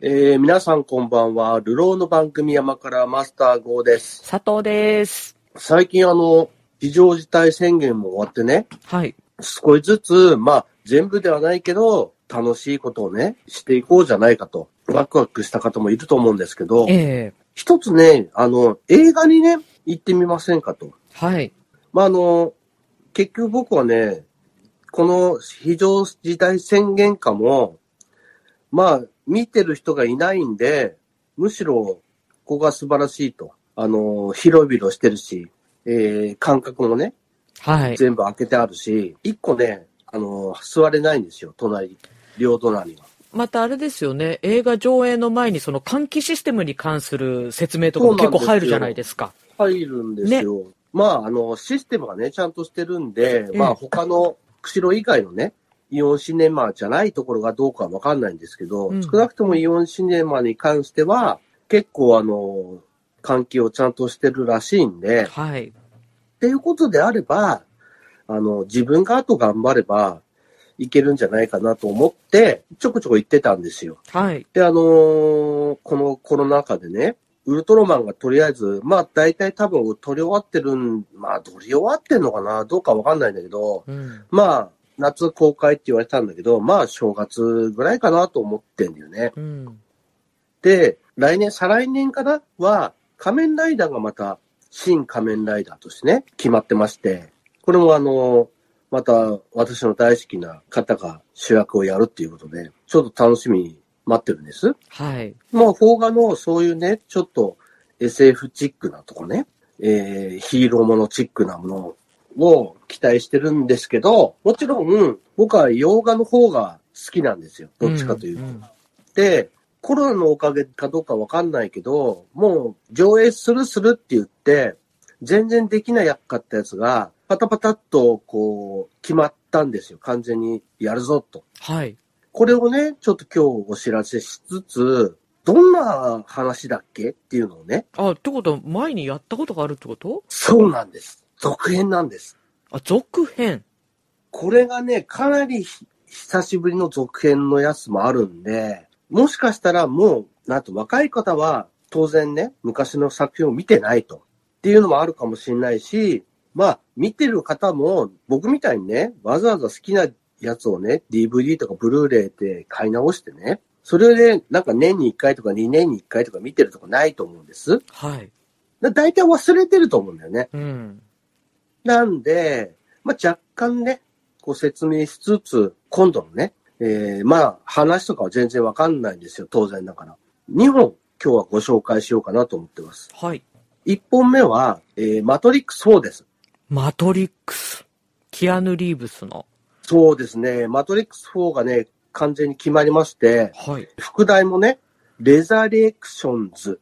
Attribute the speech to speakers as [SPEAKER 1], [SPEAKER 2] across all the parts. [SPEAKER 1] えー、皆さんこんばんは。流浪の番組山からマスター号です。
[SPEAKER 2] 佐藤です。
[SPEAKER 1] 最近あの、非常事態宣言も終わってね、
[SPEAKER 2] はい。
[SPEAKER 1] 少しずつ、まあ、全部ではないけど、楽しいことをね、していこうじゃないかと、ワクワクした方もいると思うんですけど、
[SPEAKER 2] ええ
[SPEAKER 1] 一つね、あの、映画にね、行ってみませんかと。
[SPEAKER 2] はい。
[SPEAKER 1] まあ、あの、結局僕はね、この非常事態宣言下も、まあ、見てる人がいないんで、むしろ、ここが素晴らしいと。あの、広々してるし、えー、間隔もね、
[SPEAKER 2] はい。
[SPEAKER 1] 全部開けてあるし、一個ね、あの、座れないんですよ、隣、両隣は。
[SPEAKER 2] またあれですよね。映画上映の前にその換気システムに関する説明とかも
[SPEAKER 1] そう
[SPEAKER 2] 結
[SPEAKER 1] なん
[SPEAKER 2] 構
[SPEAKER 1] ですよ
[SPEAKER 2] 入るじゃないですか。
[SPEAKER 1] 入るんですよ。まあ、あの、システムがね、ちゃんとしてるんで、
[SPEAKER 2] え
[SPEAKER 1] まあ、他の釧路以外のね、イオンシネマじゃないところがどうかわかんないんですけど、
[SPEAKER 2] うん
[SPEAKER 1] 少なくともイオンシネマに関しては、結構あの、換気をちゃんとしてるらしいんで、
[SPEAKER 2] はい。
[SPEAKER 1] っていうことであれば、あの、自分があと頑張れば、いけるんじゃないかなと思って、ちょこちょこ行ってたんですよ。
[SPEAKER 2] はい。
[SPEAKER 1] で、あのーこのコロナ禍でね、ウルトラマンがとりあえず、まあ大体多分撮り終わってるん、まあ撮り終わってんのかなどうかわかんないんだけど、
[SPEAKER 2] うん。
[SPEAKER 1] まあ夏公開って言われてたんだけど、まあ正月ぐらいかなと思ってんだよね。
[SPEAKER 2] うん。
[SPEAKER 1] で、来年、再来年かなは、仮面ライダーがまた、新仮面ライダーとしてね、決まってまして、これもあの、また私の大好きな方が主役をやるっていうことで、ちょっと楽しみに待ってるんです。
[SPEAKER 2] はい。
[SPEAKER 1] まあ、邦画のそういうね、ちょっと SF チックなとこね、えー、ヒーローものチックなものを期待してるんですけど、もちろん、僕は洋画の方が好きなんですよ。どっちかというと。
[SPEAKER 2] ん
[SPEAKER 1] で、コロナのおかげかどうかわかんないけど、もう上映するするって言って、全然できなかったやつが、パタパタっとこう、決まったんですよ。完全にやるぞと。
[SPEAKER 2] はい。
[SPEAKER 1] これをね、ちょっと今日お知らせしつつ、どんな話だっけっていうのをね、
[SPEAKER 2] あ、ってことは前にやったことがあるってこと
[SPEAKER 1] そうなんです。続編なんです。
[SPEAKER 2] あ、続編。
[SPEAKER 1] これがね、かなりひ久しぶりの続編のやつもあるんで、もしかしたらもう、なんと若い方は当然ね、昔の作品を見てないと。っていうのもあるかもしれないし、まあ、見てる方も、僕みたいにね、わざわざ好きなやつをね、DVD とかブルーレイで買い直してね、それで、なんか年に1回とか2年に1回とか見てるとかないと思うんです。
[SPEAKER 2] はい。
[SPEAKER 1] だ大体忘れてると思うんだよね。
[SPEAKER 2] うん。
[SPEAKER 1] なんで、まあ、若干ね、こう説明しつつ、今度のね、えー、まあ、話とかは全然わかんないんですよ、当然だから。2本、今日はご紹介しようかなと思ってます。
[SPEAKER 2] はい。
[SPEAKER 1] 1本目は、えー、マトリックス4です。
[SPEAKER 2] マトリックス。キアヌ・リーブスの。
[SPEAKER 1] そうですね、マトリックス4がね、完全に決まりまして、
[SPEAKER 2] はい。
[SPEAKER 1] 副題もね、レザレクションズ。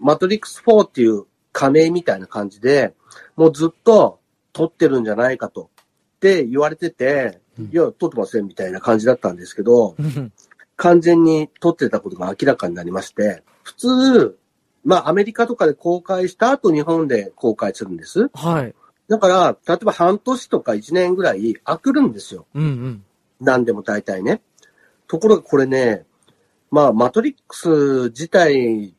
[SPEAKER 1] マトリックス4っていう仮名みたいな感じで、もうずっと撮ってるんじゃないかと。って言われてて
[SPEAKER 2] うん、
[SPEAKER 1] いや、撮ってませんみたいな感じだったんですけど、
[SPEAKER 2] うん
[SPEAKER 1] 完全に撮ってたことが明らかになりまして、普通、まあアメリカとかで公開した後日本で公開するんです。
[SPEAKER 2] はい。
[SPEAKER 1] だから、例えば半年とか1年ぐらい開くるんですよ。
[SPEAKER 2] うんうん。
[SPEAKER 1] 何でも大体ね。ところがこれね、まあ、マトリックス自体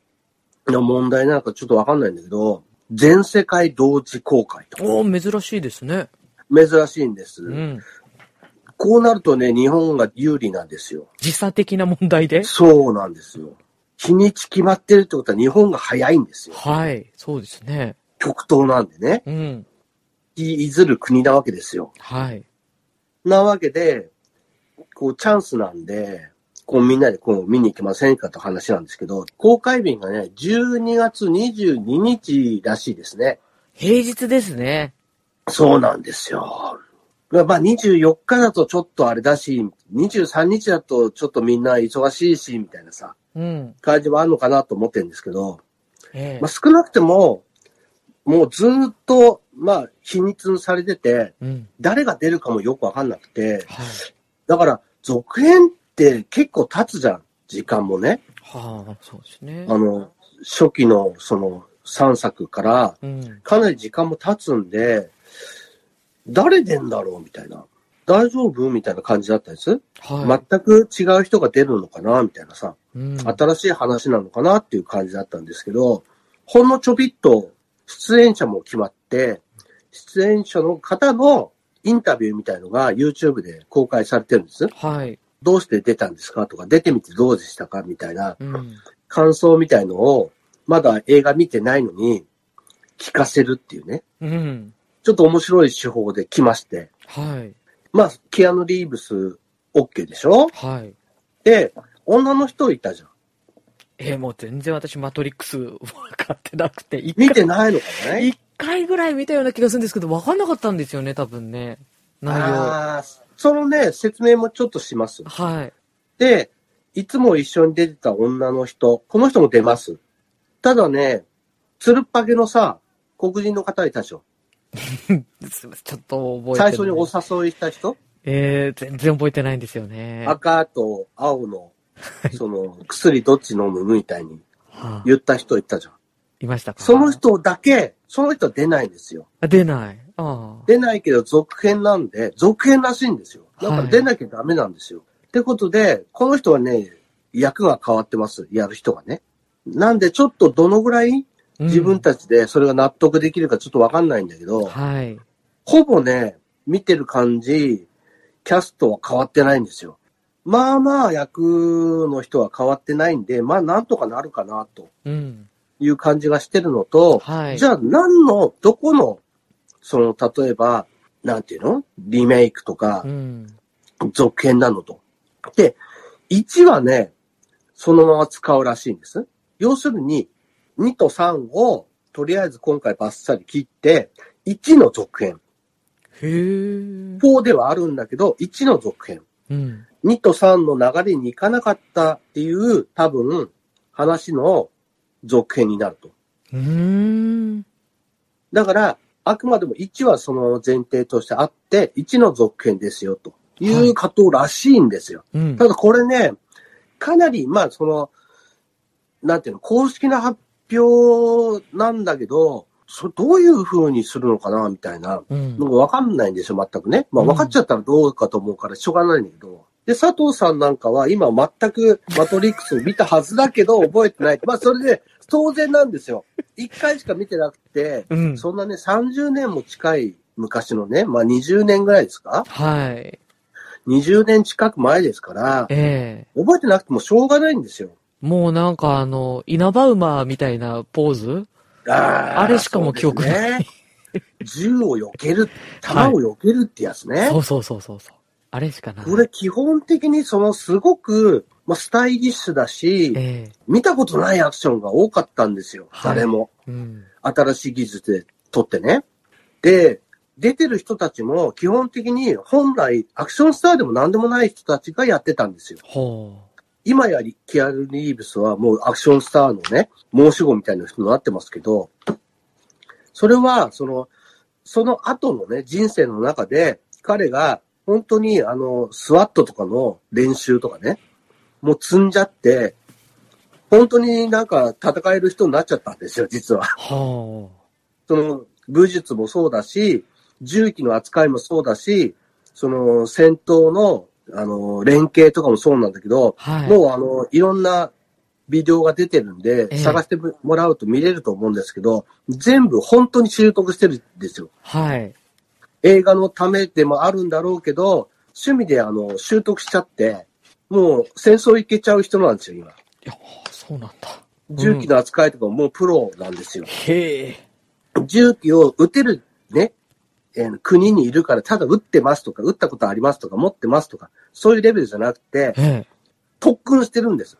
[SPEAKER 1] の問題なのかちょっとわかんないんだけど、全世界同時公開と。
[SPEAKER 2] おー珍しいですね。
[SPEAKER 1] 珍しいんです。
[SPEAKER 2] うん。
[SPEAKER 1] こうなるとね、日本が有利なんですよ。
[SPEAKER 2] 時差的な問題で。
[SPEAKER 1] そうなんですよ。日にち決まってるってことは日本が早いんですよ。
[SPEAKER 2] はい。そうですね。
[SPEAKER 1] 極東なんでね。
[SPEAKER 2] うん。
[SPEAKER 1] いずる国なわけですよ。
[SPEAKER 2] はい。
[SPEAKER 1] なわけで、こうチャンスなんで、こうみんなでこう見に行きませんかと話なんですけど、公開日がね、12月22日らしいですね。
[SPEAKER 2] 平日ですね。
[SPEAKER 1] そうなんですよ。まあ24日だとちょっとあれだし、23日だとちょっとみんな忙しいし、みたいなさ、
[SPEAKER 2] うん。
[SPEAKER 1] 感じはあるのかなと思ってるんですけど、
[SPEAKER 2] ええ
[SPEAKER 1] まあ、少なくても、もうずーっと、まあ、秘密にされてて、
[SPEAKER 2] うん。
[SPEAKER 1] 誰が出るかもよくわかんなくて、
[SPEAKER 2] はい。
[SPEAKER 1] だから、続編って結構経つじゃん。時間もね。
[SPEAKER 2] はあ、そうですね。
[SPEAKER 1] あの、初期のその3作から、
[SPEAKER 2] うん。
[SPEAKER 1] かなり時間も経つんで、誰出んだろうみたいな。大丈夫みたいな感じだったんです。
[SPEAKER 2] は
[SPEAKER 1] 全く違う人が出るのかなみたいなさ、
[SPEAKER 2] い。うん
[SPEAKER 1] 新しい話なのかなっていう感じだったんですけど、ほんのちょびっと出演者も決まって、出演者の方のインタビューみたいのが YouTube で公開されてるんです。
[SPEAKER 2] はい。
[SPEAKER 1] どうして出たんですかとか、出てみてどうでしたかみたいな
[SPEAKER 2] うん。
[SPEAKER 1] 感想みたいのを、まだ映画見てないのに聞かせるっていうね。
[SPEAKER 2] うん。
[SPEAKER 1] ちょっと面白い手法で来まして。
[SPEAKER 2] はい。
[SPEAKER 1] まあ、キアヌ・リーブス OK でしょ
[SPEAKER 2] はい。
[SPEAKER 1] で、女の人いたじゃん。
[SPEAKER 2] えーもう全然私、マトリックス分かってなくて、一回
[SPEAKER 1] 見てないのかね
[SPEAKER 2] 一回ぐらい見たような気がするんですけど、分かんなかったんですよね、多分ね。内容。
[SPEAKER 1] あーそのね、説明もちょっとします。
[SPEAKER 2] はい。
[SPEAKER 1] で、いつも一緒に出てた女の人、この人も出ます。ただね、つるっぱげのさ、黒人の方いたでしょ。
[SPEAKER 2] すいませんちょっと覚えてない
[SPEAKER 1] 最初にお誘いした人、
[SPEAKER 2] えー、全然覚えてないんですよね。
[SPEAKER 1] 赤と青の、その、薬どっち飲むみたいに
[SPEAKER 2] はあ
[SPEAKER 1] 言った人いたじゃん。
[SPEAKER 2] いましたか
[SPEAKER 1] その人だけ、その人は出ないんですよ。
[SPEAKER 2] あ出ない。ああ。
[SPEAKER 1] 出ないけど続編なんで、続編らしいんですよ。だから出なきゃダメなんですよ。ってことで、この人はね、役が変わってます。やる人がね。なんで、ちょっとどのぐらい
[SPEAKER 2] うん
[SPEAKER 1] 自分たちでそれが納得できるかちょっとわかんないんだけど、
[SPEAKER 2] はい。
[SPEAKER 1] ほぼね、見てる感じ、キャストは変わってないんですよ。まあまあ役の人は変わってないんで、まあなんとかなるかなと
[SPEAKER 2] うん。
[SPEAKER 1] いう感じがしてるのと、
[SPEAKER 2] はい。
[SPEAKER 1] じゃあ何の、どこの、その、例えば、なんていうのリメイクとか
[SPEAKER 2] う、ん。
[SPEAKER 1] 続編なのと。で、1はね、そのまま使うらしいんです。要するに、2と3を、とりあえず今回バッサリ切って、1の続編。
[SPEAKER 2] へえ。
[SPEAKER 1] 4ではあるんだけど、1の続編。
[SPEAKER 2] うん。
[SPEAKER 1] 2と3の流れに行かなかったっていう、多分、話の続編になると。
[SPEAKER 2] うーん。
[SPEAKER 1] だから、あくまでも1はその前提としてあって、1の続編ですよ、という加藤らしいんですよ。
[SPEAKER 2] うん。
[SPEAKER 1] ただこれね、かなり、まあその、なんていうの、公式な発表なんだけど、それどういう風にするのかな、みたいな。
[SPEAKER 2] うん
[SPEAKER 1] のがわかんないんですよ、全くね。まあ
[SPEAKER 2] うん
[SPEAKER 1] 分かっちゃったらどうかと思うからしょうがないんだけど。で、佐藤さんなんかは今全くマトリックスを見たはずだけど覚えてない。まあそれで当然なんですよ。一回しか見てなくて、
[SPEAKER 2] うん。
[SPEAKER 1] そんなね、30年も近い昔のね、まあ20年ぐらいですか
[SPEAKER 2] はい。
[SPEAKER 1] ?20 年近く前ですから
[SPEAKER 2] え、え
[SPEAKER 1] 覚えてなくてもしょうがないんですよ。
[SPEAKER 2] もうなんかあの、稲葉馬みたいなポーズ
[SPEAKER 1] あー
[SPEAKER 2] あれしかも記憶ない
[SPEAKER 1] そうですね、銃を避ける、弾を避けるってやつね。
[SPEAKER 2] そうそうそうそうそう。あれしかない。
[SPEAKER 1] これ基本的にそのすごく、まあ、スタイリッシュだし、
[SPEAKER 2] ええ
[SPEAKER 1] 見たことないアクションが多かったんですよ。
[SPEAKER 2] はい
[SPEAKER 1] 誰も。
[SPEAKER 2] うん。
[SPEAKER 1] 新しい技術で撮ってね。で、出てる人たちも基本的に本来アクションスターでも何でもない人たちがやってたんですよ。
[SPEAKER 2] ほ
[SPEAKER 1] 今やりキアヌ・リーブスはもうアクションスターのね、申し子みたいな人になってますけど、それは、その、その後のね、人生の中で、彼が本当にあの、スワットとかの練習とかね、もう積んじゃって、本当になんか戦える人になっちゃったんですよ、実は
[SPEAKER 2] う。。ほ
[SPEAKER 1] その、武術もそうだし、銃器の扱いもそうだし、その、戦闘の、あの、連携とかもそうなんだけど
[SPEAKER 2] う。、はい。
[SPEAKER 1] もうあの、いろんなビデオが出てるんで
[SPEAKER 2] え、え
[SPEAKER 1] 探してもらうと見れると思うんですけど、全部本当に習得してるんですよ。
[SPEAKER 2] はい。
[SPEAKER 1] 映画のためでもあるんだろうけど、趣味であの、習得しちゃって、もう戦争行けちゃう人なんですよ、今。
[SPEAKER 2] いや、そうなんだ。
[SPEAKER 1] 銃器の扱いとかももうプロなんですよ。
[SPEAKER 2] へえ。
[SPEAKER 1] 銃器を撃てるね、えー国にいるから、ただ撃ってますとか、撃ったことありますとか、持ってますとか、そういうレベルじゃなくて、
[SPEAKER 2] え
[SPEAKER 1] 特訓してるんです。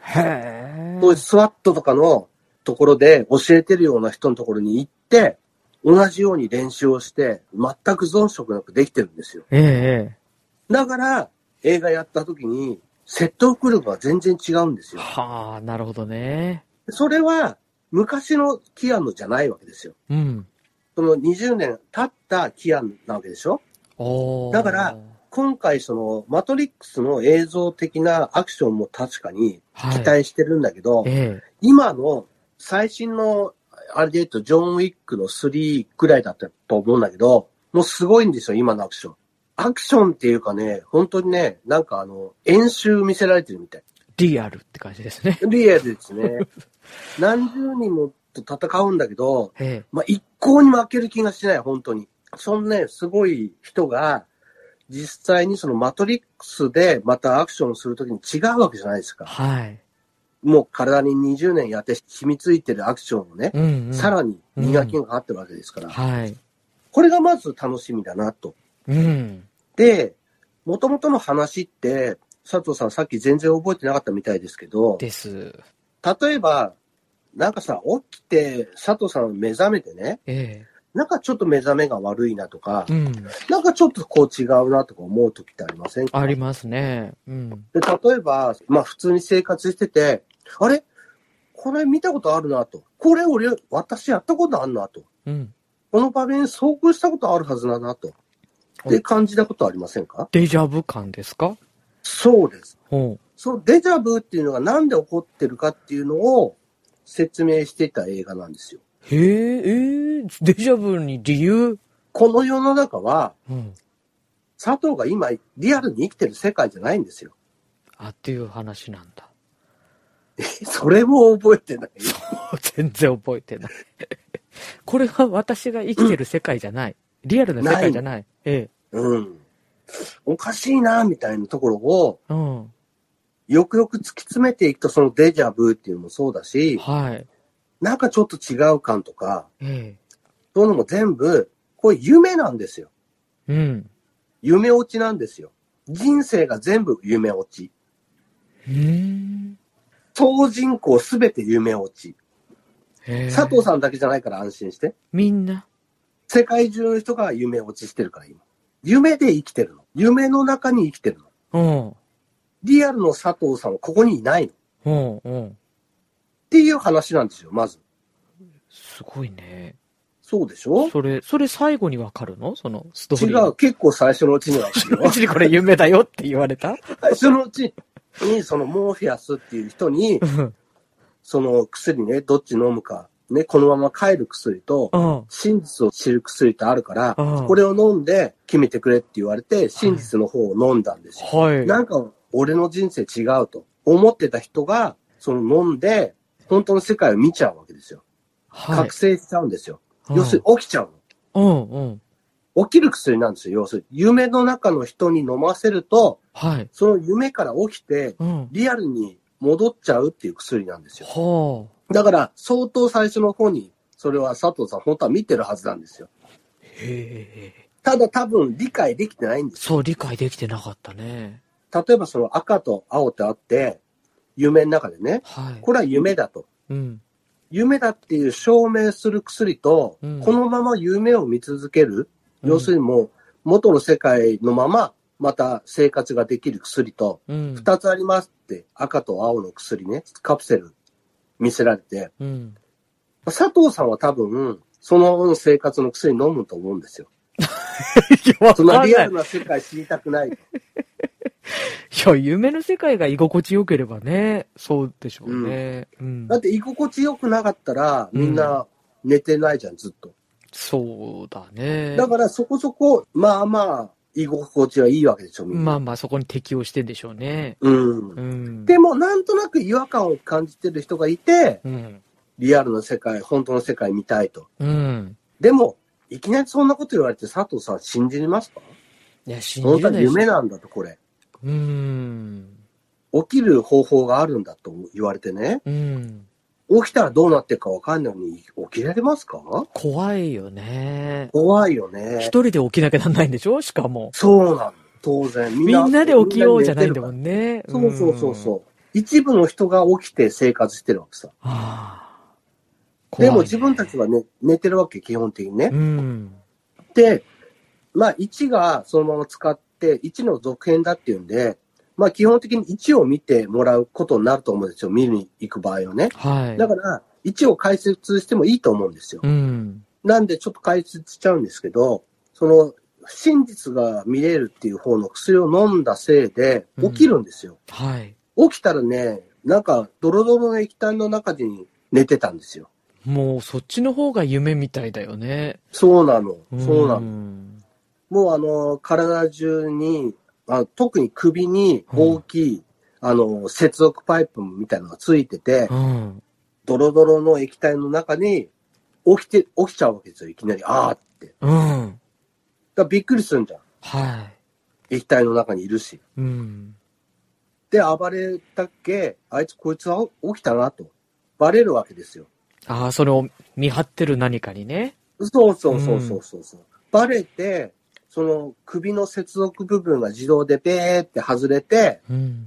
[SPEAKER 2] へえ
[SPEAKER 1] そういうスワットとかのところで教えてるような人のところに行って、同じように練習をして、全く遜色なくできてるんですよ。
[SPEAKER 2] ええ
[SPEAKER 1] だから、映画やった時に、説得力が全然違うんですよ。
[SPEAKER 2] はあ、なるほどね。
[SPEAKER 1] それは、昔のキアヌじゃないわけですよ。
[SPEAKER 2] うん。
[SPEAKER 1] その20年経ったキアヌなわけでしょ
[SPEAKER 2] おー
[SPEAKER 1] だから、今回その、マトリックスの映像的なアクションも確かに
[SPEAKER 2] はい、
[SPEAKER 1] 期待してるんだけど、
[SPEAKER 2] え
[SPEAKER 1] 今の最新の、あれで言うと、ジョン・ウィックの3くらいだったと思うんだけど、もうすごいんですよ、今のアクション。アクションっていうかね、本当にね、なんかあの、演習見せられてるみたい。
[SPEAKER 2] リアルって感じですね。
[SPEAKER 1] リアルですね。何十人もと戦うんだけど、
[SPEAKER 2] え
[SPEAKER 1] まあ、一向に負ける気がしない、本当に。そのね、すごい人が、実際にそのマトリックスでまたアクションするときに違うわけじゃないです
[SPEAKER 2] え。
[SPEAKER 1] か。
[SPEAKER 2] はい。
[SPEAKER 1] もう体に20年やって染みついてるアクションをね、
[SPEAKER 2] うん、うん。
[SPEAKER 1] さらに磨きがかかってるわけですから、
[SPEAKER 2] はい。
[SPEAKER 1] これがまず楽しみだなと。
[SPEAKER 2] うん。
[SPEAKER 1] で、元々の話って、佐藤さんさっき全然覚えてなかったみたいですけど、
[SPEAKER 2] です。
[SPEAKER 1] 例えば、なんかさ、起きて佐藤さん目覚めてね、
[SPEAKER 2] え
[SPEAKER 1] なんかちょっと目覚めが悪いなとか
[SPEAKER 2] え。、うん。
[SPEAKER 1] なんかちょっとこう違うなとか思う時ってありませんか
[SPEAKER 2] ありますね。うん。
[SPEAKER 1] で例えば、まあ普通に生活してて、あれこれ見たことあるなと。これ俺、私やったことあるなと。
[SPEAKER 2] うん。
[SPEAKER 1] この場面に遭遇したことあるはずだなと。で、感じたことありませんか
[SPEAKER 2] デジャブ感ですか
[SPEAKER 1] そうです。
[SPEAKER 2] ほ
[SPEAKER 1] そのデジャブっていうのがなんで起こってるかっていうのを説明していた映画なんですよ。
[SPEAKER 2] う。へえ、ええデジャブに理由
[SPEAKER 1] この世の中は、
[SPEAKER 2] うん。
[SPEAKER 1] 佐藤が今リアルに生きてる世界じゃないんですよ。
[SPEAKER 2] あ、っていう話なんだ。
[SPEAKER 1] それも覚えてない。
[SPEAKER 2] 全然覚えてない。 これは私が生きてる世界じゃない。リアルな世界じゃない。え
[SPEAKER 1] うん。おかしいな、みたいなところを、
[SPEAKER 2] え。うん。
[SPEAKER 1] よくよく突き詰めていくと、そのデジャブっていうのもそうだし、
[SPEAKER 2] はい。
[SPEAKER 1] なんかちょっと違う感とか、
[SPEAKER 2] え
[SPEAKER 1] そういうのも全部、これ夢なんですよ。
[SPEAKER 2] え。うん。
[SPEAKER 1] 夢落ちなんですよ。人生が全部夢落ち。
[SPEAKER 2] うーん。
[SPEAKER 1] 総人口すべて夢落ち。佐藤
[SPEAKER 2] ん。
[SPEAKER 1] さんだけじゃないから安心して。
[SPEAKER 2] みんな。
[SPEAKER 1] 世界中の人が夢落ちしてるから今。夢で生きてるの。夢の中に生きてる
[SPEAKER 2] う
[SPEAKER 1] の。
[SPEAKER 2] ん。
[SPEAKER 1] リアルの佐藤さんはここにいないの。っ
[SPEAKER 2] うん。うん。
[SPEAKER 1] ていう話なんですよ、まず。
[SPEAKER 2] すごいね。
[SPEAKER 1] そうでしょ
[SPEAKER 2] それ、それ最後にわかるのそのストー
[SPEAKER 1] 違
[SPEAKER 2] リー。
[SPEAKER 1] う。結構最初のうちにはですよ
[SPEAKER 2] う。ちにこれ夢だよって言われた
[SPEAKER 1] 最初のうちに、そのモーフィアスっていう人 に、
[SPEAKER 2] うん。
[SPEAKER 1] その薬ね、どっち飲むか、ね、このまま帰る薬と、
[SPEAKER 2] うん。
[SPEAKER 1] 真実を知る薬ってあるから、
[SPEAKER 2] うん
[SPEAKER 1] これを飲んで決めてくれって言われて、真実の方を飲んだんですよ。
[SPEAKER 2] はい。
[SPEAKER 1] なんか、俺の人生違うと思ってた人が、その飲んで、本当の世界を見ちゃうわけですよ。
[SPEAKER 2] はい
[SPEAKER 1] 覚。醒しちゃうんですよ。
[SPEAKER 2] うん
[SPEAKER 1] 要するに起きちゃう
[SPEAKER 2] うんうん。
[SPEAKER 1] の。起きる薬なんですよ。要するに、夢の中の人に飲ませると、
[SPEAKER 2] はい。
[SPEAKER 1] その夢から起きて、
[SPEAKER 2] うん。
[SPEAKER 1] リアルに戻っちゃうっていう薬なんですよ。
[SPEAKER 2] は
[SPEAKER 1] だから、相当最初の方に、それは佐藤さん本当は見てるはずなんですよ。
[SPEAKER 2] あ。へえ。
[SPEAKER 1] ただ多分理解できてないんです。
[SPEAKER 2] そう、理解できてなかったね。
[SPEAKER 1] 例えばその赤と青ってあって、夢の中でね、
[SPEAKER 2] はい。
[SPEAKER 1] これは夢だと。
[SPEAKER 2] うん。
[SPEAKER 1] 夢だっていう証明する薬と、
[SPEAKER 2] うん
[SPEAKER 1] このまま夢を見続ける、
[SPEAKER 2] うん
[SPEAKER 1] 要するにもう元の世界のまま、また生活ができる薬と、
[SPEAKER 2] うん。
[SPEAKER 1] 二つありますって、赤と青の薬ね、カプセル見せられて、
[SPEAKER 2] うん。
[SPEAKER 1] 佐藤さんは多分、その生活の薬飲むと思うんですよ。
[SPEAKER 2] いや、わ
[SPEAKER 1] そ
[SPEAKER 2] かん
[SPEAKER 1] の
[SPEAKER 2] ない。い
[SPEAKER 1] リアルな世界知りたくない。
[SPEAKER 2] や、夢の世界が居心地よければね、そうでしょうね。うん。
[SPEAKER 1] だって居心地よくなかったら、みんな寝てないじゃん、ずっと。
[SPEAKER 2] そうだね。
[SPEAKER 1] だからそこそこ、まあまあ、居心地はいいわけでしょ、みんな。
[SPEAKER 2] まあまあ、そこに適応してんでしょうね。
[SPEAKER 1] うん
[SPEAKER 2] う。ん。
[SPEAKER 1] でも、なんとなく違和感を感じてる人がいて、
[SPEAKER 2] うん。
[SPEAKER 1] リアルな世界、本当の世界見たいと。
[SPEAKER 2] うん。
[SPEAKER 1] でも、いきなりそんなこと言われて佐藤さん信じれますか
[SPEAKER 2] いや、信
[SPEAKER 1] その
[SPEAKER 2] じれ
[SPEAKER 1] た
[SPEAKER 2] な
[SPEAKER 1] め
[SPEAKER 2] いし
[SPEAKER 1] 夢なんだと、これ。
[SPEAKER 2] うん。
[SPEAKER 1] 起きる方法があるんだと言われてね。
[SPEAKER 2] うん。
[SPEAKER 1] 起きたらどうなってるかわかんないのに、起きられますか
[SPEAKER 2] 怖いよね。
[SPEAKER 1] 怖いよ
[SPEAKER 2] 一
[SPEAKER 1] ね。
[SPEAKER 2] 人で起きなきゃなんないんでしょしかも。
[SPEAKER 1] そうなの。当然。み
[SPEAKER 2] みんなで起きようじゃないんだも
[SPEAKER 1] ね。
[SPEAKER 2] んね。
[SPEAKER 1] そうそうそう
[SPEAKER 2] うん。
[SPEAKER 1] そう。一部の人が起きて生活してるわけさ。
[SPEAKER 2] はあ
[SPEAKER 1] でも自分たち
[SPEAKER 2] は、
[SPEAKER 1] はね、寝てるわけ、基本的にね
[SPEAKER 2] う。ん。
[SPEAKER 1] で、まあ1がそのまま使って、1の続編だっていうんで、まあ基本的に1を見てもらうことになると思うんですよ。見に行く場合をね。
[SPEAKER 2] はい。
[SPEAKER 1] だから、1を解説してもいいと思うんですよ。
[SPEAKER 2] うん。
[SPEAKER 1] なんでちょっと解説しちゃうんですけど、その、真実が見れるっていう方の薬を飲んだせいで
[SPEAKER 2] うん
[SPEAKER 1] 起きるんですよ。
[SPEAKER 2] はい。
[SPEAKER 1] 起きたらね、なんかドロドロの液体の中に寝てたんですよ。
[SPEAKER 2] もうそっちの方が夢みたいだよね。
[SPEAKER 1] そうなの、そうなの。
[SPEAKER 2] ん
[SPEAKER 1] もうあの、体中に、あ特に首に大きい、あの、接続パイプみたいなのがついてて、
[SPEAKER 2] うん。
[SPEAKER 1] ドロドロの液体の中に起きて、起きちゃうわけですよ。いきなり、あーって。だか
[SPEAKER 2] うん。
[SPEAKER 1] らびっくりするんじゃん。
[SPEAKER 2] は
[SPEAKER 1] 液体の中にいるし。
[SPEAKER 2] い。うん。
[SPEAKER 1] で、暴れたっけ、あいつこいつは起きたなと。バレるわけですよ。
[SPEAKER 2] ああ、それを見張ってる何かにね。
[SPEAKER 1] そうそうそうそうそうそう、バレて、その首の接続部分が自動でベーって外れて、
[SPEAKER 2] うん。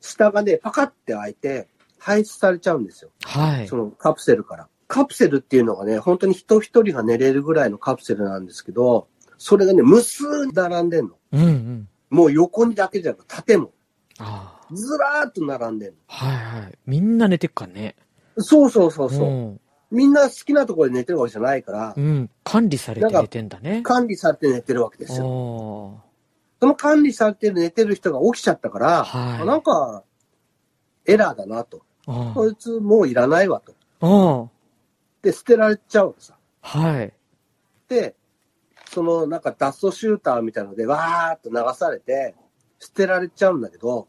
[SPEAKER 1] 下がね、パカって開いて、排出されちゃうんですよ。
[SPEAKER 2] はい
[SPEAKER 1] そ。のカプセルから。カプセルっていうのがね、本当に人一人が寝れるぐらいのカプセルなんですけど、それがね、無数に並んでんの。
[SPEAKER 2] うんうん。
[SPEAKER 1] もう横にだけじゃなく縦も。
[SPEAKER 2] ああ。
[SPEAKER 1] ずらーっと並んでん
[SPEAKER 2] はいはい。みんな寝てっからね。
[SPEAKER 1] の。そうそうそうそう。
[SPEAKER 2] うん。
[SPEAKER 1] みんな好きなところで寝てるわけじゃないから
[SPEAKER 2] う、ん。管理されて寝てんだね。
[SPEAKER 1] 管理されて寝てるわけですよ。
[SPEAKER 2] お
[SPEAKER 1] その管理されてる寝てる人が起きちゃったから、
[SPEAKER 2] はい
[SPEAKER 1] あなんか、エラーだなと。
[SPEAKER 2] あー。
[SPEAKER 1] こいつもういらないわと。
[SPEAKER 2] うん。
[SPEAKER 1] で、捨てられちゃうのさ。
[SPEAKER 2] はい。
[SPEAKER 1] で、そのなんかダストシューターみたいので、わーっと流されて、捨てられちゃうんだけど、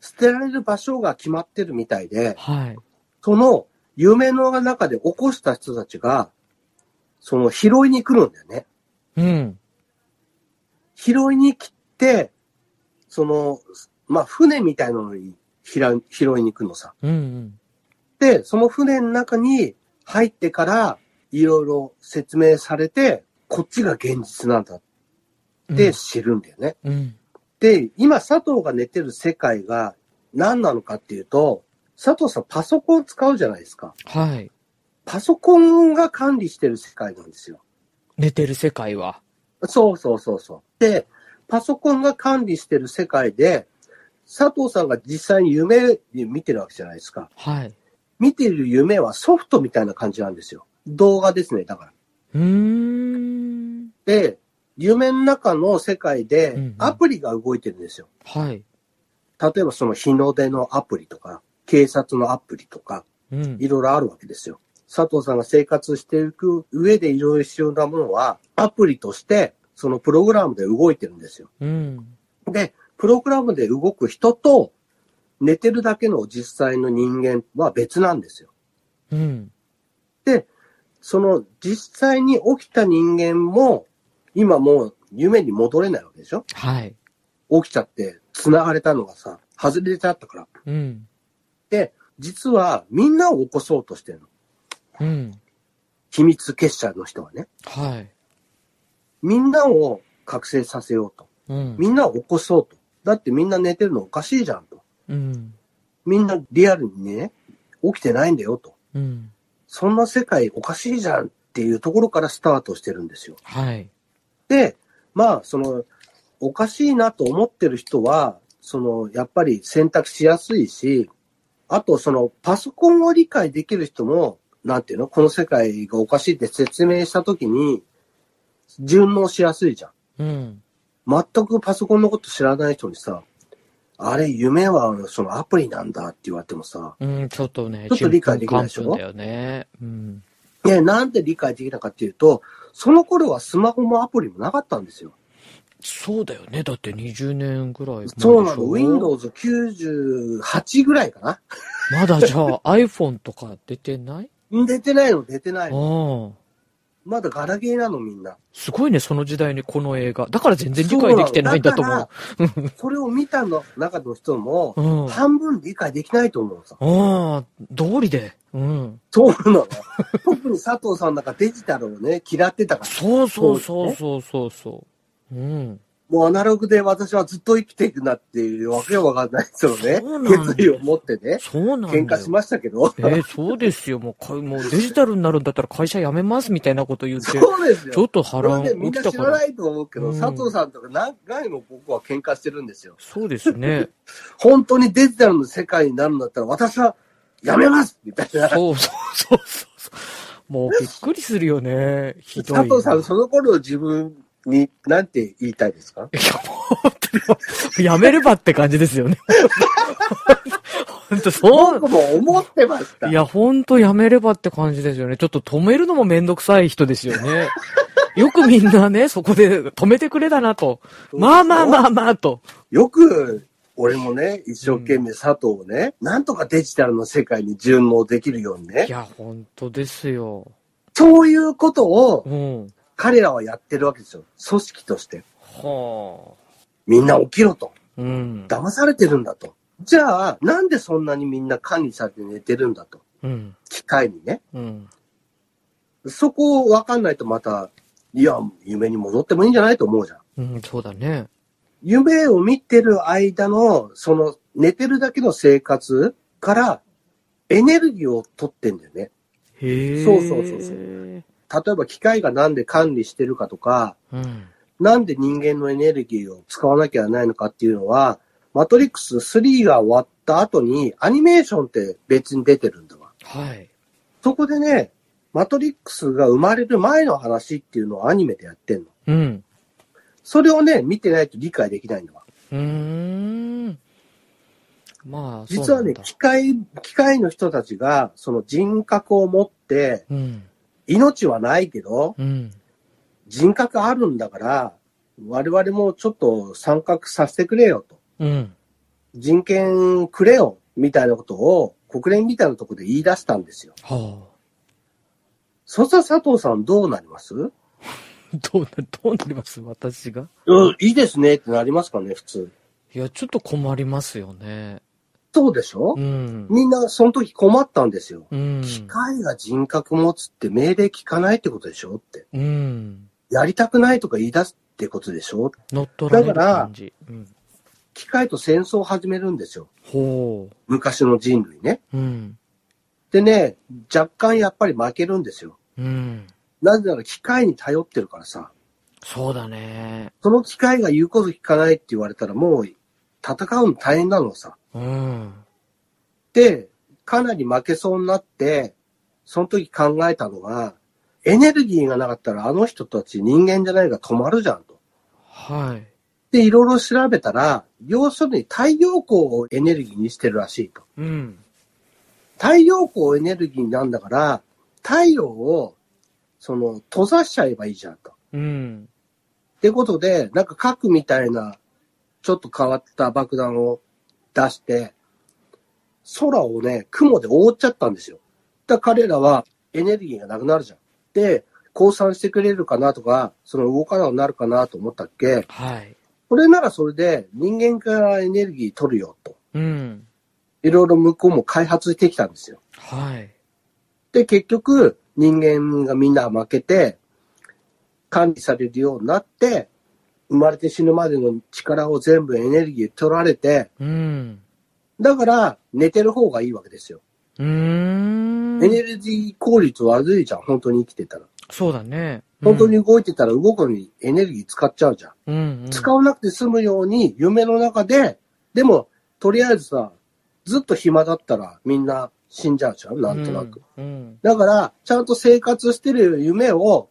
[SPEAKER 1] 捨てられる場所が決まってるみたいで、
[SPEAKER 2] はい。
[SPEAKER 1] その夢の中で起こした人たちが、その拾いに来るんだよね。
[SPEAKER 2] うん。
[SPEAKER 1] 拾いに来て、その、まあ、船みたいなのに拾い拾いに行くのさ。
[SPEAKER 2] うんうん。
[SPEAKER 1] で、その船の中に入ってから、いろいろ説明されて、こっちが現実なんだっ
[SPEAKER 2] うん
[SPEAKER 1] て、知るんだよね。
[SPEAKER 2] うん。
[SPEAKER 1] で、今佐藤が寝てる世界が何なのかっていうと、佐藤さんパソコン使うじゃないですか。
[SPEAKER 2] はい。
[SPEAKER 1] パソコンが管理してる世界なんですよ。
[SPEAKER 2] 寝てる世界は。
[SPEAKER 1] そうそうそうそう。で、パソコンが管理してる世界で、佐藤さんが実際に夢見てるわけじゃないですか。
[SPEAKER 2] はい。
[SPEAKER 1] 見てる夢はソフトみたいな感じなんですよ。動画ですね、だから。
[SPEAKER 2] うーん。
[SPEAKER 1] で、夢の中の世界
[SPEAKER 2] うんうん
[SPEAKER 1] でアプリが動いてるんですよ。
[SPEAKER 2] はい。
[SPEAKER 1] 例えばその日の出のアプリとか、警察のアプリとか、
[SPEAKER 2] うん。
[SPEAKER 1] いろいろあるわけですよ。佐藤さんが生活していく上でいろいろ必要なものは、アプリとして、そのプログラムで動いてるんですよ。
[SPEAKER 2] うん。
[SPEAKER 1] で、プログラムで動く人と、寝てるだけの実際の人間は別なんですよ。
[SPEAKER 2] うん。
[SPEAKER 1] で、その実際に起きた人間も、今もう夢に戻れないわけでしょ
[SPEAKER 2] はい。
[SPEAKER 1] 起きちゃって、繋がれたのがさ、外れちゃったから。
[SPEAKER 2] うん。
[SPEAKER 1] で、実はみんなを起こそうとしてるの。
[SPEAKER 2] うん。
[SPEAKER 1] 秘密結社の人はね。
[SPEAKER 2] はい。
[SPEAKER 1] みんなを覚醒させようと。
[SPEAKER 2] うん。
[SPEAKER 1] みんなを起こそうと。だってみんな寝てるのおかしいじゃんと。
[SPEAKER 2] うん。
[SPEAKER 1] みんなリアルにね、起きてないんだよと。
[SPEAKER 2] うん。
[SPEAKER 1] そんな世界おかしいじゃんっていうところからスタートしてるんですよ。
[SPEAKER 2] はい。
[SPEAKER 1] で、まあ、その、おかしいなと思ってる人は、その、やっぱり選択しやすいし、あと、その、パソコンを理解できる人も、なんていうのこの世界がおかしいって説明したときに、順応しやすいじゃん。
[SPEAKER 2] うん。
[SPEAKER 1] 全くパソコンのこと知らない人にさ、あれ、夢はそのアプリなんだって言われてもさ、
[SPEAKER 2] うん、ちょっとね、
[SPEAKER 1] ちょっと理解できないでしょ
[SPEAKER 2] ちんぷんかんぷんだよね。うん。
[SPEAKER 1] ね、なんで理解できなかっていうと、その頃はスマホもアプリもなかったんですよ。
[SPEAKER 2] そうだよね。だって20年ぐらい前でしょ。
[SPEAKER 1] そうなの。Windows98 ぐらいかな。
[SPEAKER 2] まだじゃあ iPhone とか出てない
[SPEAKER 1] 出てないの、出てない
[SPEAKER 2] あ
[SPEAKER 1] の。
[SPEAKER 2] あ。
[SPEAKER 1] まだガラゲーなの、みんな。
[SPEAKER 2] すごいね、その時代にこの映画。だから全然理解できてないんだと思
[SPEAKER 1] う。それを見たの中の人も、
[SPEAKER 2] う。うん。あ
[SPEAKER 1] 半分理解できないと思うのさ。
[SPEAKER 2] あ、道理で。うん。
[SPEAKER 1] そうな の。特に佐藤さんなんかデジタルをね、嫌ってたから。
[SPEAKER 2] そうそうそうそうそうそう。うん。
[SPEAKER 1] もうアナログで私はずっと生きていくなっていうわけわかんないですよね
[SPEAKER 2] そうなん。だよ
[SPEAKER 1] 決意を持ってね、
[SPEAKER 2] そうなんだよ。
[SPEAKER 1] 喧嘩しましたけど。
[SPEAKER 2] えーそうですよ。もうか、もうデジタルになるんだったら会社辞めますみたいなこと言って、ち
[SPEAKER 1] そうです
[SPEAKER 2] ょ
[SPEAKER 1] よ。
[SPEAKER 2] っと波
[SPEAKER 1] それ
[SPEAKER 2] 乱
[SPEAKER 1] でみ
[SPEAKER 2] 起
[SPEAKER 1] ん
[SPEAKER 2] きた
[SPEAKER 1] な知
[SPEAKER 2] からら
[SPEAKER 1] な。いと思うけど、
[SPEAKER 2] うん
[SPEAKER 1] 佐藤さんとか何回も僕は喧嘩してるんですよ。
[SPEAKER 2] そうですね。
[SPEAKER 1] 本当にデジタルの世界になるんだったら私はやめますみたいな。
[SPEAKER 2] そうそうそうそう。もうびっくりするよね。ひどいな。
[SPEAKER 1] 佐藤さん、その頃自分に何て言いたいですか
[SPEAKER 2] いや、もう本当に、やめればって感じですよね。本当そう。
[SPEAKER 1] 僕も思ってました。
[SPEAKER 2] いや、本当やめればって感じですよね。ちょっと止めるのもめんどくさい人ですよね。よくみんなね、そこで止めてくれたなと。まあまあまあまあと。
[SPEAKER 1] よく、俺もね、一生懸命佐藤をね、なんとかデジタルの世界に順応できるようにね
[SPEAKER 2] い、や、本当ですよ。
[SPEAKER 1] そういうことを
[SPEAKER 2] うん。
[SPEAKER 1] 彼らはやってるわけですよ。組織として。
[SPEAKER 2] は
[SPEAKER 1] みんな起きろと。
[SPEAKER 2] あ。うん。
[SPEAKER 1] 騙されてるんだと。じゃあ、なんでそんなにみんな管理されて寝てるんだと。
[SPEAKER 2] うん。
[SPEAKER 1] 機械にね。
[SPEAKER 2] うん。
[SPEAKER 1] そこをわかんないとまた、いや、夢に戻ってもいいんじゃないと思うじゃん。
[SPEAKER 2] うん、そうだね。
[SPEAKER 1] 夢を見てる間の、その寝てるだけの生活からエネルギーを取ってんだよね。
[SPEAKER 2] へえ。。
[SPEAKER 1] そうそうそうそう例えば機械がなんで管理してるかとか、
[SPEAKER 2] うん。
[SPEAKER 1] なんで人間のエネルギーを使わなきゃいけないのかっていうのは、マトリックス3が終わった後にアニメーションって別に出てるんだわ。
[SPEAKER 2] はい。
[SPEAKER 1] そこでね、マトリックスが生まれる前の話っていうのをアニメでやってんの。
[SPEAKER 2] うん。
[SPEAKER 1] それをね、見てないと理解できないんだわ。
[SPEAKER 2] うーん。まあ、
[SPEAKER 1] 実はね、
[SPEAKER 2] そう
[SPEAKER 1] 機械、機械の人たちが、その人格を持って、
[SPEAKER 2] なんだ
[SPEAKER 1] 命はないけど、
[SPEAKER 2] うん。うん。
[SPEAKER 1] 人格あるんだから、我々もちょっと参画させてくれよと。
[SPEAKER 2] うん。
[SPEAKER 1] 人権くれよ、みたいなことを国連みたいなところで言い出したんですよ。
[SPEAKER 2] はあ。
[SPEAKER 1] そしたら佐藤さんどうなりますう
[SPEAKER 2] どうな、どうなります私が
[SPEAKER 1] ん、いいですねってなりますかね、普通。
[SPEAKER 2] いや、ちょっと困りますよね。
[SPEAKER 1] そうでしょ
[SPEAKER 2] うん。
[SPEAKER 1] みんなその時困ったんですよ。
[SPEAKER 2] うん。
[SPEAKER 1] 機械が人格持つって命令聞かないってことでしょって。
[SPEAKER 2] うん。
[SPEAKER 1] やりたくないとか言い出すってことでしょ
[SPEAKER 2] 乗っ取られる感じ。うん。
[SPEAKER 1] 機械と戦争を始めるんですよ。
[SPEAKER 2] ほ
[SPEAKER 1] 昔の人類ね。
[SPEAKER 2] う。うん。
[SPEAKER 1] でね、若干やっぱり負けるんですよ。
[SPEAKER 2] うん。
[SPEAKER 1] なぜなら機械に頼ってるからさ。
[SPEAKER 2] そうだね。
[SPEAKER 1] その機械が言うこと聞かないって言われたらもう戦うの大変なのさ。
[SPEAKER 2] うん。
[SPEAKER 1] で、かなり負けそうになって、その時考えたのが、エネルギーがなかったらあの人たち人間じゃないが止まるじゃんと。
[SPEAKER 2] はい。
[SPEAKER 1] で、いろいろ調べたら、要するに太陽光をエネルギーにしてるらしいと。
[SPEAKER 2] うん。
[SPEAKER 1] 太陽光をエネルギーなんだから、太陽を、その、閉ざしちゃえばいいじゃんと。
[SPEAKER 2] うん。
[SPEAKER 1] ってことで、なんか核みたいな、ちょっと変わった爆弾を出して、空をね、雲で覆っちゃったんですよ。だから彼らはエネルギーがなくなるじゃん。で、降参してくれるかなとか、その動かなくなるかなと思ったっけ、
[SPEAKER 2] はい。
[SPEAKER 1] これならそれで人間からエネルギー取るよと。
[SPEAKER 2] うん。
[SPEAKER 1] いろいろ向こうも開発してきたんですよ。
[SPEAKER 2] はい。
[SPEAKER 1] で、結局、人間がみんな負けて、管理されるようになって、生まれて死ぬまでの力を全部エネルギーで取られて、
[SPEAKER 2] うん。
[SPEAKER 1] だから寝てる方がいいわけですよ。
[SPEAKER 2] うーん。
[SPEAKER 1] エネルギー効率悪いじゃん、本当に生きてたら。
[SPEAKER 2] そうだね。
[SPEAKER 1] 本当に動いてたら動くのにエネルギー使っちゃうじゃん。
[SPEAKER 2] うん。うん。うん
[SPEAKER 1] 使わなくて済むように夢の中で、でも、とりあえずさ、ずっと暇だったらみんな死んじゃうじゃん、なんとなく。。
[SPEAKER 2] うん。
[SPEAKER 1] だから、ちゃんと生活してる夢を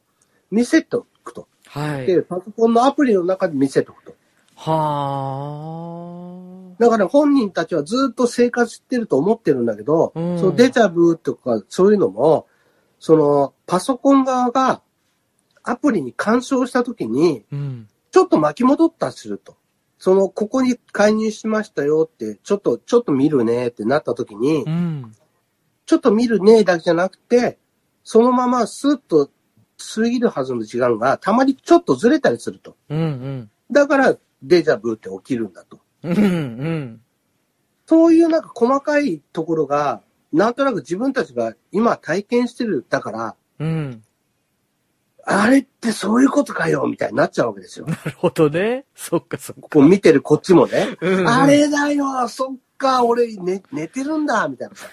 [SPEAKER 1] 見せておくと。
[SPEAKER 2] はい。
[SPEAKER 1] で、パソコンのアプリの中で見せておくと。
[SPEAKER 2] は
[SPEAKER 1] だから本人たちはずっと生活してると思ってるんだけど、
[SPEAKER 2] うん
[SPEAKER 1] そのデジャブとかそういうのも、そのパソコン側がアプリに干渉した時に、
[SPEAKER 2] あ。うん。
[SPEAKER 1] ちょっと巻き戻ったりすると。その、ここに介入しましたよって、ちょっと、ちょっと見るねってなった時に、
[SPEAKER 2] うん。
[SPEAKER 1] ちょっと見るねだけじゃなくて、そのままスッと過ぎるはずの時間がたまにちょっとずれたりすると。
[SPEAKER 2] うん。うん。
[SPEAKER 1] だからデジャブって起きるんだと。
[SPEAKER 2] うん。うん。
[SPEAKER 1] そういうなんか細かいところが、なんとなく自分たちが今体験してる、だから、
[SPEAKER 2] うん。
[SPEAKER 1] あれってそういうことかよ、みたいになっちゃうわけですよ。
[SPEAKER 2] なるほどね。そっかそっか。
[SPEAKER 1] こう見てるこっちもね。
[SPEAKER 2] うん
[SPEAKER 1] あれだよ、そっか、俺、ね、寝てるんだ、みたいなさ。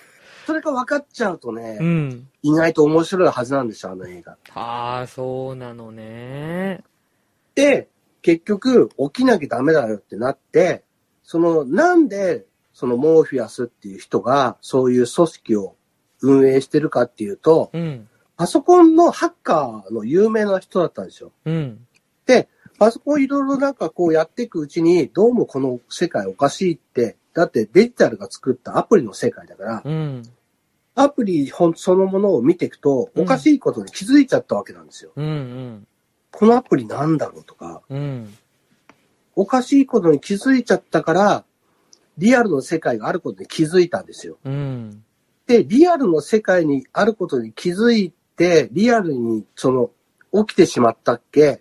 [SPEAKER 1] それが分かっちゃうとね、
[SPEAKER 2] うん。
[SPEAKER 1] 意外と面白いはずなんですよ、あの映画。
[SPEAKER 2] ああ、そうなのね。
[SPEAKER 1] で、結局、起きなきゃダメだよってなって、その、なんで、そのモーフィアスっていう人が、そういう組織を運営してるかっていうと、
[SPEAKER 2] うん。
[SPEAKER 1] パソコンのハッカーの有名な人だったんですよ。
[SPEAKER 2] うん。
[SPEAKER 1] パソコンいろいろなんかこうやっていくうちに、どうもこの世界おかしいって、だってデジタルが作ったアプリの世界だから、
[SPEAKER 2] うん。
[SPEAKER 1] アプリほんそのものを見ていくと、おかしいことに気づいちゃったわけなんですよ。
[SPEAKER 2] うん。うん。
[SPEAKER 1] このアプリなんだろうとか、
[SPEAKER 2] うん。
[SPEAKER 1] おかしいことに気づいちゃったから、リアルの世界があることに気づいたんですよ。
[SPEAKER 2] うん。
[SPEAKER 1] で、リアルの世界にあることに気づいて、リアルにその起きてしまったっけ、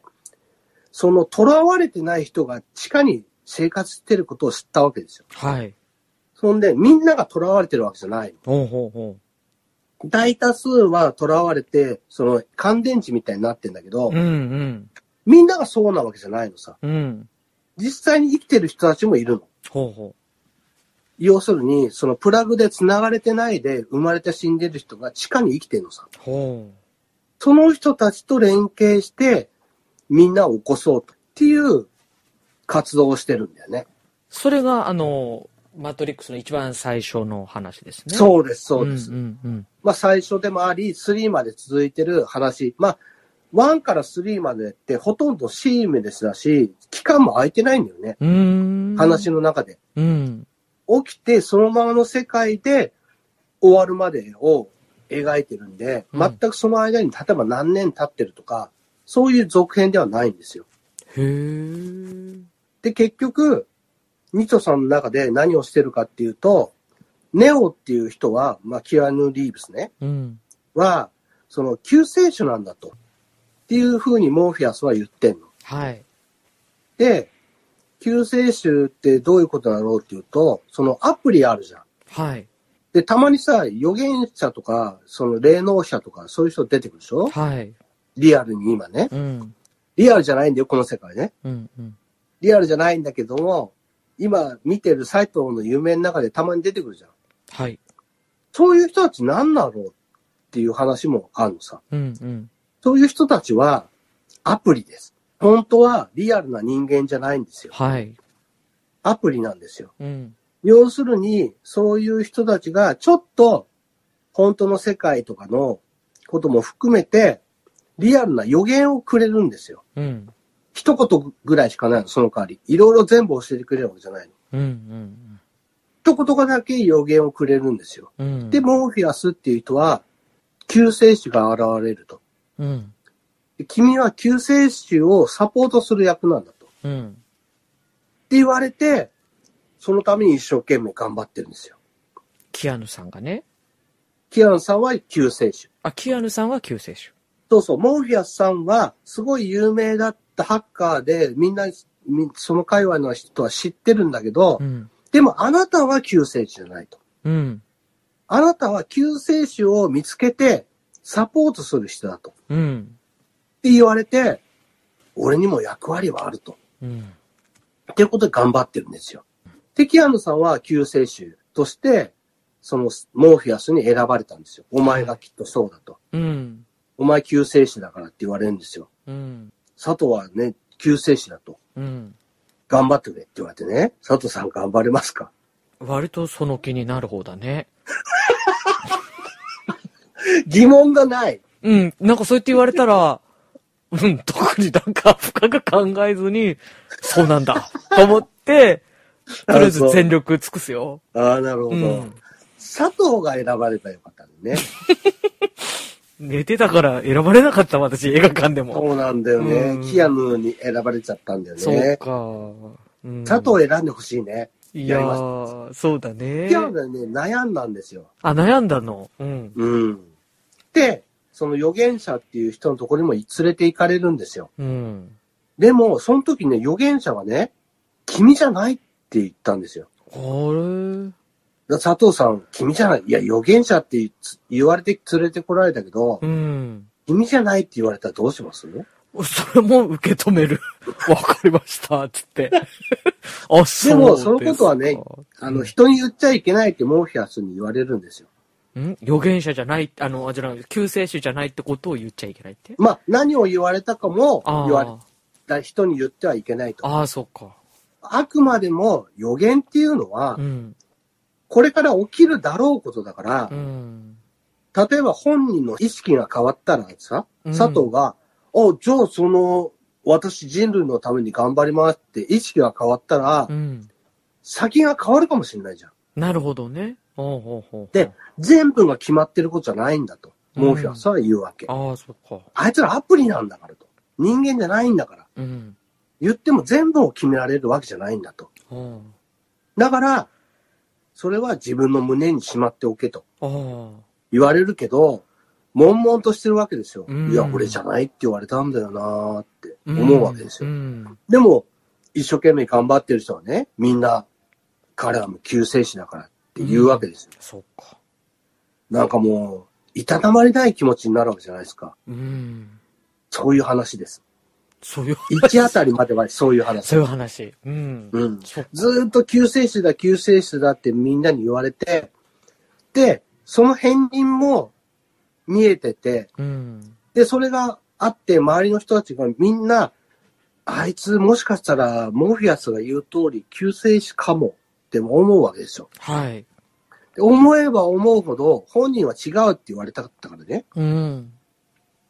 [SPEAKER 1] その囚われてない人が地下に生活してることを知ったわけですよ。
[SPEAKER 2] はい。
[SPEAKER 1] そんで、みんなが囚われてるわけじゃない。
[SPEAKER 2] ほうほうほ
[SPEAKER 1] 大多数は囚われて、その乾電池みたいになってんだけど、
[SPEAKER 2] う。うん
[SPEAKER 1] みんながそうなわけじゃないのさ。
[SPEAKER 2] うん。うん。
[SPEAKER 1] 実際に生きてる人たちもいるの。
[SPEAKER 2] ほうほ
[SPEAKER 1] 要するに、そのプラグで繋がれてないで生まれて死んでる人が地下に生きてるのさ。
[SPEAKER 2] う。ほ
[SPEAKER 1] その人たちと連携して、みんなを起こそうとっていう活動をしてるんだよね。
[SPEAKER 2] う。それが、あの、マトリックスの一番最初の話ですね。う、
[SPEAKER 1] そうです、そうです。
[SPEAKER 2] うんうん
[SPEAKER 1] まあ最初でもあり、3まで続いてる話。まあ、1から3までってほとんどシームレスだし、期間も空いてないんだよね。
[SPEAKER 2] うん。うーん。
[SPEAKER 1] 話。の中で。
[SPEAKER 2] うん。
[SPEAKER 1] 起きてそのままの世界で終わるまでを描いてるんで、
[SPEAKER 2] うん
[SPEAKER 1] 全くその間に例えば何年経ってるとか、そういう続編ではないんですよ。
[SPEAKER 2] へー。
[SPEAKER 1] で、結局、ニトさんの中で何をしてるかっていうと、ネオっていう人は、まあ、キアヌ・リーブスね、
[SPEAKER 2] うん。
[SPEAKER 1] は、その救世主なんだと。っていう風にモーフィアスは言ってんの。
[SPEAKER 2] はい。
[SPEAKER 1] で、救世主ってどういうことだろうっていうと、そのアプリあるじゃん。
[SPEAKER 2] はい。
[SPEAKER 1] で、たまにさ、預言者とか、その霊能者とか、そういう人出てくるでしょ
[SPEAKER 2] はい。
[SPEAKER 1] リアルに今ね。
[SPEAKER 2] うん。
[SPEAKER 1] リアルじゃないんだよ、この世界ね。
[SPEAKER 2] うんうん。
[SPEAKER 1] リアルじゃないんだけども、今見てる斎藤の夢の中でたまに出てくるじゃん。
[SPEAKER 2] はい。
[SPEAKER 1] そういう人たち何だろうっていう話もあるのさ。
[SPEAKER 2] うんうん。
[SPEAKER 1] そういう人たちはアプリです。本当はリアルな人間じゃないんですよ。
[SPEAKER 2] はい。
[SPEAKER 1] アプリなんですよ。
[SPEAKER 2] うん。
[SPEAKER 1] 要するに、そういう人たちがちょっと本当の世界とかのことも含めて、リアルな予言をくれるんですよ。
[SPEAKER 2] うん。
[SPEAKER 1] 一言ぐらいしかないの、その代わり。いろいろ全部教えてくれるわけじゃないの。
[SPEAKER 2] うんうん
[SPEAKER 1] 一言だけ予言をくれるんですよ。
[SPEAKER 2] うん。うん
[SPEAKER 1] で、、モーフィアスっていう人は、救世主が現れると。
[SPEAKER 2] うん。
[SPEAKER 1] で君は救世主をサポートする役なんだと。って
[SPEAKER 2] うん。
[SPEAKER 1] 言われて、そのために一生懸命頑張ってるんですよ。
[SPEAKER 2] キアヌさんがね。
[SPEAKER 1] キアンさんは救世主。
[SPEAKER 2] あ、キアヌさんは救世主。
[SPEAKER 1] そうそう、モーフィアスさんは、すごい有名だったハッカーで、みんな、みその界隈の人は知ってるんだけど、
[SPEAKER 2] うん。
[SPEAKER 1] でもあなたは救世主じゃないと。
[SPEAKER 2] うん。
[SPEAKER 1] あなたは救世主を見つけて、サポートする人だと。っ
[SPEAKER 2] うん。
[SPEAKER 1] て言われて、俺にも役割はあると。
[SPEAKER 2] うん。
[SPEAKER 1] っていうことで頑張ってるんですよ。で、キアヌさんは救世主として、そのモーフィアスに選ばれたんですよ。お前がきっとそうだと。
[SPEAKER 2] うん。
[SPEAKER 1] お前救世主だからって言われるんですよ。
[SPEAKER 2] うん。
[SPEAKER 1] 佐藤はね、救世主だと。
[SPEAKER 2] うん。
[SPEAKER 1] 頑張ってくれって言われてね。佐藤さん頑張れますか
[SPEAKER 2] 割とその気になる方だね。
[SPEAKER 1] 疑問がない。
[SPEAKER 2] うん。なんかそうやって言われたら、うん、特になんか深く考えずに、そうなんだ、と思って、とりあえず全力尽くすよ。
[SPEAKER 1] ああ、なるほ
[SPEAKER 2] う
[SPEAKER 1] ど。
[SPEAKER 2] ん。
[SPEAKER 1] 佐藤が選ばれたらよかったんでね。
[SPEAKER 2] 寝てたから選ばれなかった私、映画館でも。
[SPEAKER 1] そうなんだよね。
[SPEAKER 2] うん
[SPEAKER 1] キアヌに選ばれちゃったんだよ
[SPEAKER 2] そう
[SPEAKER 1] ね。
[SPEAKER 2] か。うん
[SPEAKER 1] 佐藤選んでほしいね。
[SPEAKER 2] い
[SPEAKER 1] や
[SPEAKER 2] や
[SPEAKER 1] りま
[SPEAKER 2] ー、そうだね
[SPEAKER 1] キ。アヌはね、悩んだんですよ。
[SPEAKER 2] あ、悩んだの。うん。
[SPEAKER 1] うん。で、その預言者っていう人のところにも連れて行かれるんですよ。
[SPEAKER 2] うん。
[SPEAKER 1] でも、その時ね、預言者はね、君じゃないって言ったんですよ。
[SPEAKER 2] あれ
[SPEAKER 1] だから佐藤さん、君じゃない。いや、預言者って言つ言われて連れてこられたけど、
[SPEAKER 2] うん。
[SPEAKER 1] 君じゃないって言われたらどうします
[SPEAKER 2] それも受け止 める。わかりました、つって。あ、そう
[SPEAKER 1] でも
[SPEAKER 2] すか
[SPEAKER 1] そのことはね、あの、人に言っちゃいけないってモーフィアスに言われるんですよ。
[SPEAKER 2] ん預言者じゃない、あの、あじゃない、救世主じゃないってことを言っちゃいけないって
[SPEAKER 1] まあ、何を言われたかも言
[SPEAKER 2] あ
[SPEAKER 1] われ
[SPEAKER 2] ー
[SPEAKER 1] た人に言ってはいけないと。
[SPEAKER 2] あー、そうか。
[SPEAKER 1] あくまでも予言っていうのは
[SPEAKER 2] う、ん。
[SPEAKER 1] これから起きるだろうことだから
[SPEAKER 2] う、ん。
[SPEAKER 1] 例えば本人の意識が変わったらさ、
[SPEAKER 2] うん
[SPEAKER 1] 佐藤が、あ、じゃあその、私人類のために頑張りますって意識が変わったら
[SPEAKER 2] う、ん。
[SPEAKER 1] 先が変わるかもしれないじゃん。
[SPEAKER 2] なるほどね。ほうほうほう。
[SPEAKER 1] で、全部が決まってることじゃないんだと、
[SPEAKER 2] うん
[SPEAKER 1] モーフィアスは言うわけ。
[SPEAKER 2] ああ、そっか。
[SPEAKER 1] あいつらアプリなんだからと。人間じゃないんだから。
[SPEAKER 2] うん。
[SPEAKER 1] 言っても全部を決められるわけじゃないんだと。
[SPEAKER 2] あ
[SPEAKER 1] だから、それは自分の胸にしまっておけと
[SPEAKER 2] あ。あ
[SPEAKER 1] 言われるけど、悶々としてるわけですよ。
[SPEAKER 2] うん
[SPEAKER 1] いや、俺じゃないって言われたんだよなーって
[SPEAKER 2] あ。
[SPEAKER 1] 思うわけですよ。
[SPEAKER 2] うん。
[SPEAKER 1] でも、一生懸命頑張ってる人はね、みんな、彼はもう救世主だからって言うわけですよ。
[SPEAKER 2] そっか。
[SPEAKER 1] なんかもう、いたたまれない気持ちになるわけじゃないですか。
[SPEAKER 2] うん。
[SPEAKER 1] そういう話です。
[SPEAKER 2] そういう、
[SPEAKER 1] 一あたりまではそういう 話。
[SPEAKER 2] そういう話。うん。
[SPEAKER 1] うん。
[SPEAKER 2] そっか。
[SPEAKER 1] ずーっと救世主だ、救世主だってみんなに言われて、で、その片鱗も見えてて、
[SPEAKER 2] うん。
[SPEAKER 1] で、それがあって、周りの人たちがみんな、あいつもしかしたらモフィアスが言う通り救世主かもって思うわけですよ。
[SPEAKER 2] はい。
[SPEAKER 1] で思えば思うほど本人は違うって言われたかったからね。
[SPEAKER 2] うん。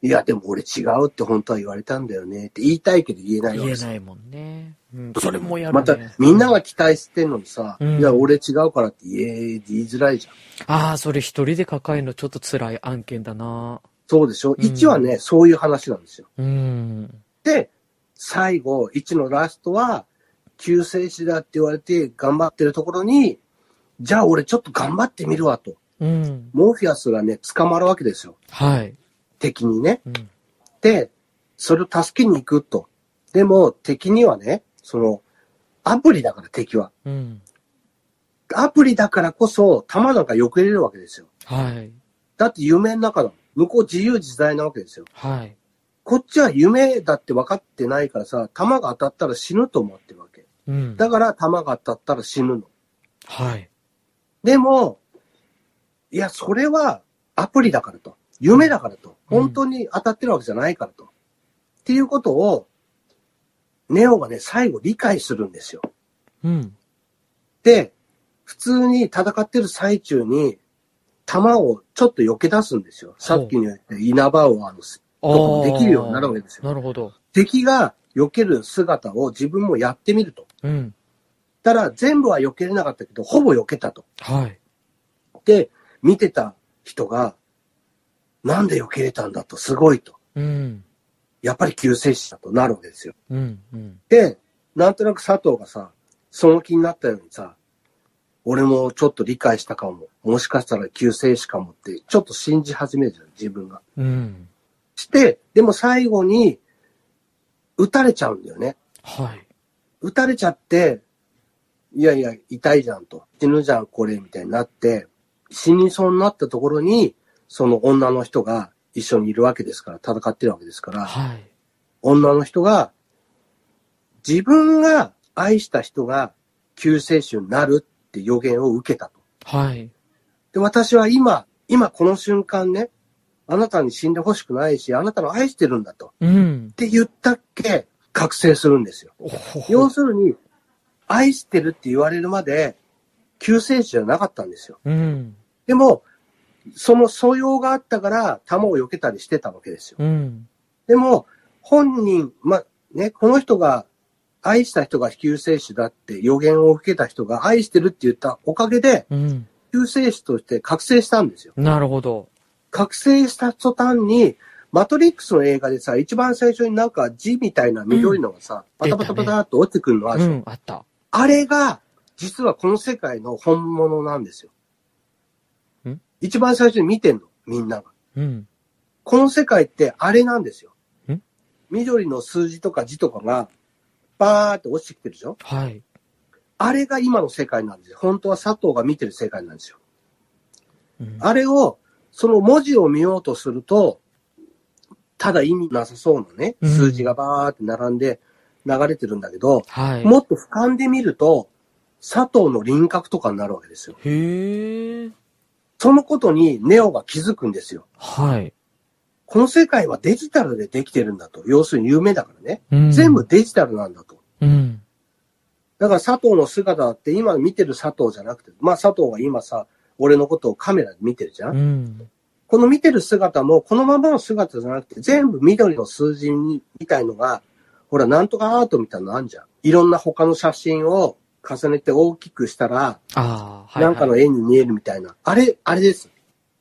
[SPEAKER 1] いや、でも俺違うって本当は言われたんだよねって言いたいけど言えないわけ
[SPEAKER 2] 言え
[SPEAKER 1] ですよ
[SPEAKER 2] ないもんね。うん。それもやるね。
[SPEAKER 1] また、みんなが期待してんのにさ、
[SPEAKER 2] うん
[SPEAKER 1] いや、俺違うからって言え、言いづらいじゃん。
[SPEAKER 2] ああ、それ一人で抱えるのちょっと辛い案件だな。
[SPEAKER 1] そうでしょ
[SPEAKER 2] うん
[SPEAKER 1] 一はね、そういう話なんですよ。
[SPEAKER 2] うん。
[SPEAKER 1] で、最後、一のラストは、救世主だって言われて頑張ってるところに、じゃあ俺ちょっと頑張ってみるわと。
[SPEAKER 2] うん。
[SPEAKER 1] モーフィアスがね、捕まるわけですよ。
[SPEAKER 2] はい。
[SPEAKER 1] 敵にね。
[SPEAKER 2] うん。
[SPEAKER 1] で、それを助けに行くと。でも、敵にはね、その、アプリだから敵は。
[SPEAKER 2] うん。
[SPEAKER 1] アプリだからこそ、弾なんかよくれるわけですよ。
[SPEAKER 2] はい。
[SPEAKER 1] だって夢の中だもん。向こう自由自在なわけですよ。
[SPEAKER 2] はい。
[SPEAKER 1] こっちは夢だって分かってないからさ、弾が当たったら死ぬと思ってるわけ。
[SPEAKER 2] うん。
[SPEAKER 1] だから弾が当たったら死ぬの。
[SPEAKER 2] はい。
[SPEAKER 1] でも、いや、それはアプリだからと。夢だからと。
[SPEAKER 2] うん
[SPEAKER 1] 本当に当たってるわけじゃないからと。っていうことを、ネオがね、最後理解するんですよ。
[SPEAKER 2] うん。
[SPEAKER 1] で、普通に戦ってる最中に、弾をちょっと避け出すんですよ。さっきに言った稲葉をあ
[SPEAKER 2] あ
[SPEAKER 1] の、こと
[SPEAKER 2] ー
[SPEAKER 1] もできるようになるわけですよ。
[SPEAKER 2] なるほど。
[SPEAKER 1] 敵が避ける姿を自分もやってみると。
[SPEAKER 2] うん。
[SPEAKER 1] ただ、全部は避けれなかったけど、ほぼ避けたと。
[SPEAKER 2] はい。
[SPEAKER 1] で、見てた人が、なんで避けれたんだと、すごいと。
[SPEAKER 2] うん。
[SPEAKER 1] やっぱり救世主だとなるわけですよ。
[SPEAKER 2] うん。うん。
[SPEAKER 1] で、なんとなく佐藤がさ、その気になったようにさ、俺もちょっと理解したかも。もしかしたら救世主かもって、ちょっと信じ始めるじゃん、自分が。
[SPEAKER 2] うん。
[SPEAKER 1] して、でも最後に、撃たれちゃうんだよね。
[SPEAKER 2] はい。
[SPEAKER 1] 撃たれちゃって、いやいや、痛いじゃんと。死ぬじゃん、これ、みたいになって、死にそうになったところに、その女の人が一緒にいるわけですから、戦ってるわけですから、
[SPEAKER 2] はい。
[SPEAKER 1] 女の人が、自分が愛した人が救世主になるって予言を受けたと。
[SPEAKER 2] はい。
[SPEAKER 1] で、私は今、今この瞬間ね、あなたに死んでほしくないし、あなたの愛してるんだと。
[SPEAKER 2] うん
[SPEAKER 1] っ。て言ったっけ、覚醒するんですよ。
[SPEAKER 2] おほ
[SPEAKER 1] 要
[SPEAKER 2] ほ。
[SPEAKER 1] するに、愛してるって言われるまで、救世主じゃなかったんですよ。
[SPEAKER 2] うん。
[SPEAKER 1] でも、その素養があったから、弾を避けたりしてたわけですよ。
[SPEAKER 2] うん。
[SPEAKER 1] でも、本人、ま、ね、この人が、愛した人が救世主だって予言を受けた人が愛してるって言ったおかげで、
[SPEAKER 2] うん。
[SPEAKER 1] 救世主として覚醒したんですよ。
[SPEAKER 2] なるほど。
[SPEAKER 1] 覚醒した途端に、マトリックスの映画でさ、一番最初になんか字みたいな緑のがさ、
[SPEAKER 2] う
[SPEAKER 1] パ
[SPEAKER 2] ん
[SPEAKER 1] タパタパタっと落ちてくるのある
[SPEAKER 2] う
[SPEAKER 1] じゃん
[SPEAKER 2] ん。あった。
[SPEAKER 1] あれが、実はこの世界の本物なんですよ
[SPEAKER 2] ん。
[SPEAKER 1] 一番最初に見てんの、みんなが。
[SPEAKER 2] うん。
[SPEAKER 1] この世界ってあれなんですよ
[SPEAKER 2] ん。
[SPEAKER 1] 緑の数字とか字とかが、バーって落ちてきてるでしょ
[SPEAKER 2] はい。
[SPEAKER 1] あれが今の世界なんですよ。本当は佐藤が見てる世界なんですよ。
[SPEAKER 2] うん
[SPEAKER 1] あれを、その文字を見ようとすると、ただ意味なさそうなね、
[SPEAKER 2] うん
[SPEAKER 1] 数字がバーって並んで流れてるんだけど、
[SPEAKER 2] はい。
[SPEAKER 1] もっと俯瞰で見ると、佐藤の輪郭とかになるわけですよ。
[SPEAKER 2] へえ。
[SPEAKER 1] そのことにネオが気づくんですよ。
[SPEAKER 2] はい。
[SPEAKER 1] この世界はデジタルでできてるんだと。要するに夢だからね。
[SPEAKER 2] うん
[SPEAKER 1] 全部。デジタルなんだと。
[SPEAKER 2] うん。
[SPEAKER 1] だから佐藤の姿だって今見てる佐藤じゃなくて、まあ佐藤が今さ、俺のことをカメラで見てるじゃ。
[SPEAKER 2] うんん。
[SPEAKER 1] この見てる姿もこのままの姿じゃなくて、全部緑の数字にみたいのが、ほら、なんとかアートみたいなのあんじゃん。いろんな他の写真を重ねて大きくしたら、
[SPEAKER 2] ああ、はい。
[SPEAKER 1] なんかの
[SPEAKER 2] はい
[SPEAKER 1] 絵に見えるみたいな。あれ、あれです。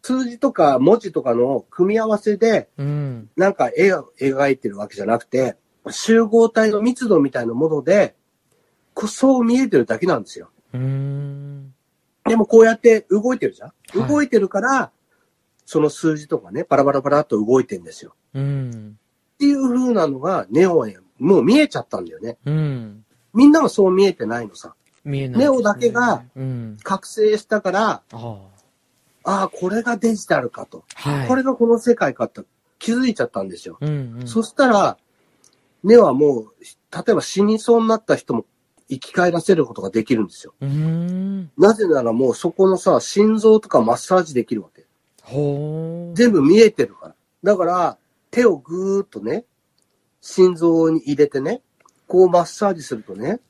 [SPEAKER 1] 数字とか文字とかの組み合わせで、
[SPEAKER 2] うん。
[SPEAKER 1] なんか絵を描いてるわけじゃなくて、集合体の密度みたいなもので、こそう見えてるだけなんですよ。
[SPEAKER 2] うーん。
[SPEAKER 1] でもこうやって動いてるじゃん、
[SPEAKER 2] はい
[SPEAKER 1] 動いてるから、その数字とかね、バラバラバラっと動いてんですよ。
[SPEAKER 2] うん。
[SPEAKER 1] っていう風なのがネオンへ、もう見えちゃったんだよね。
[SPEAKER 2] うん。
[SPEAKER 1] みんなはそう見えてないのさ。
[SPEAKER 2] 見えないですね、
[SPEAKER 1] ネオだけが
[SPEAKER 2] うん。
[SPEAKER 1] 覚醒したから、
[SPEAKER 2] ああ。
[SPEAKER 1] ああ、これがデジタルかと。
[SPEAKER 2] はい。
[SPEAKER 1] これがこの世界かと気づいちゃったんですよ。
[SPEAKER 2] うん、うん。
[SPEAKER 1] そしたら、ネオはもう、例えば死にそうになった人も生き返らせることができるんですよ。
[SPEAKER 2] うーん。
[SPEAKER 1] なぜならもうそこのさ、心臓とかマッサージできるわけ。
[SPEAKER 2] ほー。
[SPEAKER 1] 全部見えてるから。だから、手をぐーっとね、心臓に入れてね、こうマッサージするとね、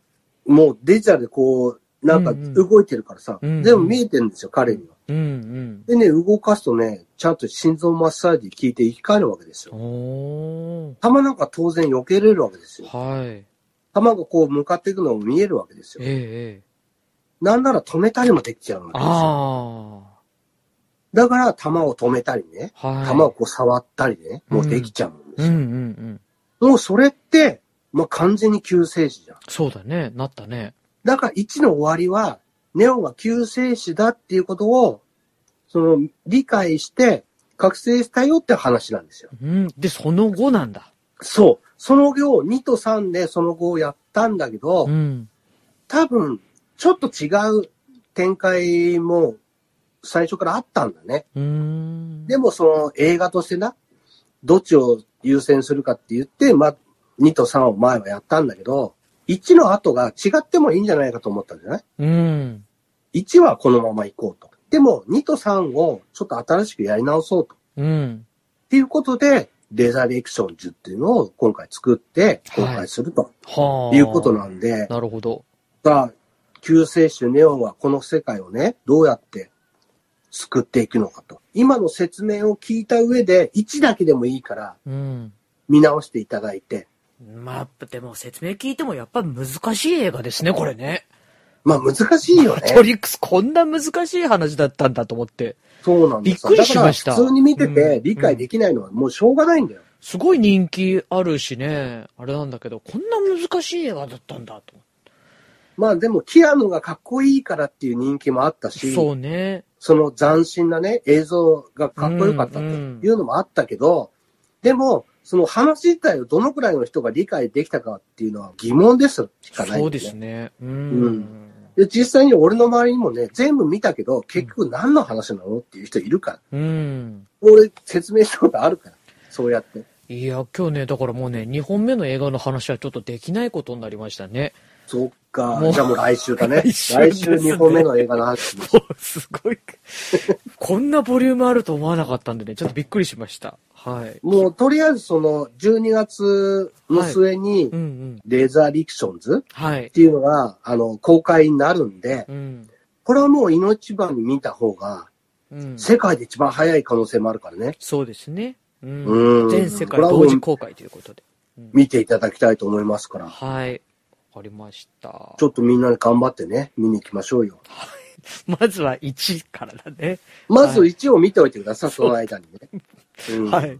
[SPEAKER 1] もうデジタルでこう、なんか
[SPEAKER 2] うんうん
[SPEAKER 1] 動いてるからさ、
[SPEAKER 2] うんうん
[SPEAKER 1] 全部見えてるんですよ、彼には。
[SPEAKER 2] うんうん。
[SPEAKER 1] でね、動かすとね、ちゃんと心臓マッサージ効いて生き返るわけですよ。
[SPEAKER 2] ほ
[SPEAKER 1] 弾なんか当然避けれるわけです
[SPEAKER 2] ー。
[SPEAKER 1] よ。
[SPEAKER 2] はい。
[SPEAKER 1] 弾がこう向かっていくのも見えるわけです
[SPEAKER 2] ええ
[SPEAKER 1] よ。
[SPEAKER 2] ええ。
[SPEAKER 1] なんなら止めたりもできちゃうわけですよ。
[SPEAKER 2] あ
[SPEAKER 1] だから弾を止めたりね、
[SPEAKER 2] あ。はい。
[SPEAKER 1] 弾をこう触ったりね、もうできちゃうんですよ。
[SPEAKER 2] うんうんうん。
[SPEAKER 1] もうそれって、まあ、完全に救世主じゃん。
[SPEAKER 2] そうだね。なったね。
[SPEAKER 1] だから1の終わりは、ネオンが救世主だっていうことを、その、理解して、覚醒したよって話なんですよ。
[SPEAKER 2] うん。で、その後なんだ。
[SPEAKER 1] そう。その後、2と3でその後をやったんだけど、
[SPEAKER 2] うん。
[SPEAKER 1] 多分、ちょっと違う展開も、最初からあったんだね。
[SPEAKER 2] うーん。
[SPEAKER 1] でも、その、映画としてな、どっちを優先するかって言って、まあ、2と3を前はやったんだけど、1の後が違ってもいいんじゃないかと思ったんじゃない
[SPEAKER 2] うん。
[SPEAKER 1] 1はこのまま行こうと。でも、2と3をちょっと新しくやり直そうと。っ
[SPEAKER 2] うん。
[SPEAKER 1] ていうことで、レザレクション10っていうのを今回作って公開すると
[SPEAKER 2] はあ。
[SPEAKER 1] いうことなんで、
[SPEAKER 2] なるほど。
[SPEAKER 1] さあ、救世主ネオンはこの世界をね、どうやって救っていくのかと。今の説明を聞いた上で、1だけでもいいから
[SPEAKER 2] うん。
[SPEAKER 1] 見直していただいて、
[SPEAKER 2] まあ、でも説明聞いてもやっぱ難しい映画ですね、これね。
[SPEAKER 1] まあ難しいよね
[SPEAKER 2] ト。 リックスこんな難しい話だったんだと思って。
[SPEAKER 1] そうなんです
[SPEAKER 2] びっくりしました
[SPEAKER 1] だから普通に見て
[SPEAKER 2] う
[SPEAKER 1] て
[SPEAKER 2] ん
[SPEAKER 1] 理解できないのはもうしょうがないんだよ。
[SPEAKER 2] すごい人気あるしね。あれなんだけど、こんな難しい映画だったんだと思
[SPEAKER 1] まあでも、キアヌがかっこいいからっていう人気もあった
[SPEAKER 2] って。
[SPEAKER 1] し、
[SPEAKER 2] そうね。
[SPEAKER 1] その斬新なね、映像がかっこよかったというのもあったけど、でも、その話自体をどのくらいの人が理解できたかっていうのは疑問ですしかない、
[SPEAKER 2] そうです
[SPEAKER 1] ね。
[SPEAKER 2] ね。う。
[SPEAKER 1] うんで、実際に俺の周りにもね、全部見たけど、結局何の話なのっていう人いるから。
[SPEAKER 2] うん。
[SPEAKER 1] 俺、説明したことあるから。そうやって。
[SPEAKER 2] いや、今日ね、だからもうね、2本目の映画の話はちょっとできないことになりましたね。
[SPEAKER 1] そっか
[SPEAKER 2] も。う
[SPEAKER 1] じゃあもう来週だね。
[SPEAKER 2] 来
[SPEAKER 1] 来
[SPEAKER 2] 週で
[SPEAKER 1] 週
[SPEAKER 2] すね
[SPEAKER 1] 2本目の映画の話 です。
[SPEAKER 2] すごい。 こんなボリュームあると思わなかったんでね、ちょっとびっくりしました。はい。
[SPEAKER 1] もう、とりあえずその、12月の末に
[SPEAKER 2] うんう、ん。
[SPEAKER 1] レーザーリクションズ
[SPEAKER 2] はい
[SPEAKER 1] っ。ていうのが、あの、公開になるんで、
[SPEAKER 2] うん。
[SPEAKER 1] これはもう命番に見た方が、
[SPEAKER 2] うん。
[SPEAKER 1] 世界で一番早い可能性もあるからね、
[SPEAKER 2] そうですね。うん。
[SPEAKER 1] うん
[SPEAKER 2] 全世界同時公開ということで。
[SPEAKER 1] 見ていただきたいと思いますから、
[SPEAKER 2] はい。わかりました
[SPEAKER 1] ち。ょっとみんなで頑張ってね、見に行きましょうよ。
[SPEAKER 2] まずは1からだね。
[SPEAKER 1] まず1を見ておいてください、その間にね。うん
[SPEAKER 2] はい。はい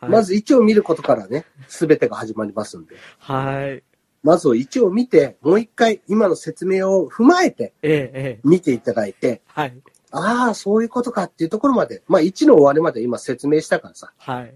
[SPEAKER 1] まず1を見ることからね、すべてが始まりますんで。
[SPEAKER 2] はい。
[SPEAKER 1] まず1を見て、もう一回今の説明を踏まえて
[SPEAKER 2] ええ、ええ。
[SPEAKER 1] 見ていただいて、
[SPEAKER 2] はい。
[SPEAKER 1] ああ、そういうことかっていうところまで、まあ1の終わりまで今説明したからさ、
[SPEAKER 2] はい。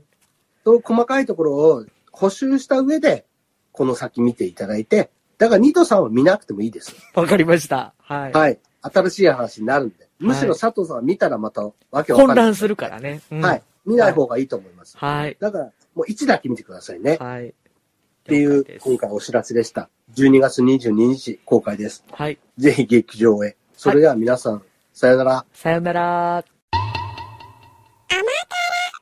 [SPEAKER 1] そう細かいところを補修した上で、この先見ていただいて、だから2と3は見なくてもいいです。
[SPEAKER 2] わかりました。はい。
[SPEAKER 1] はい。新しい話になるんで。むしろ佐藤さんは見たらまたわけわかん
[SPEAKER 2] 混
[SPEAKER 1] ない。
[SPEAKER 2] 乱するからね。うん
[SPEAKER 1] はい。。見ない方がいいと思います。
[SPEAKER 2] はい。
[SPEAKER 1] だから、もう1だけ見てくださいね。っ
[SPEAKER 2] はい。って
[SPEAKER 1] いう、今回お知らせでした。12月22日公開です。
[SPEAKER 2] はい。
[SPEAKER 1] ぜひ劇場へ。それでは皆さん、さよなら。
[SPEAKER 2] さよなら。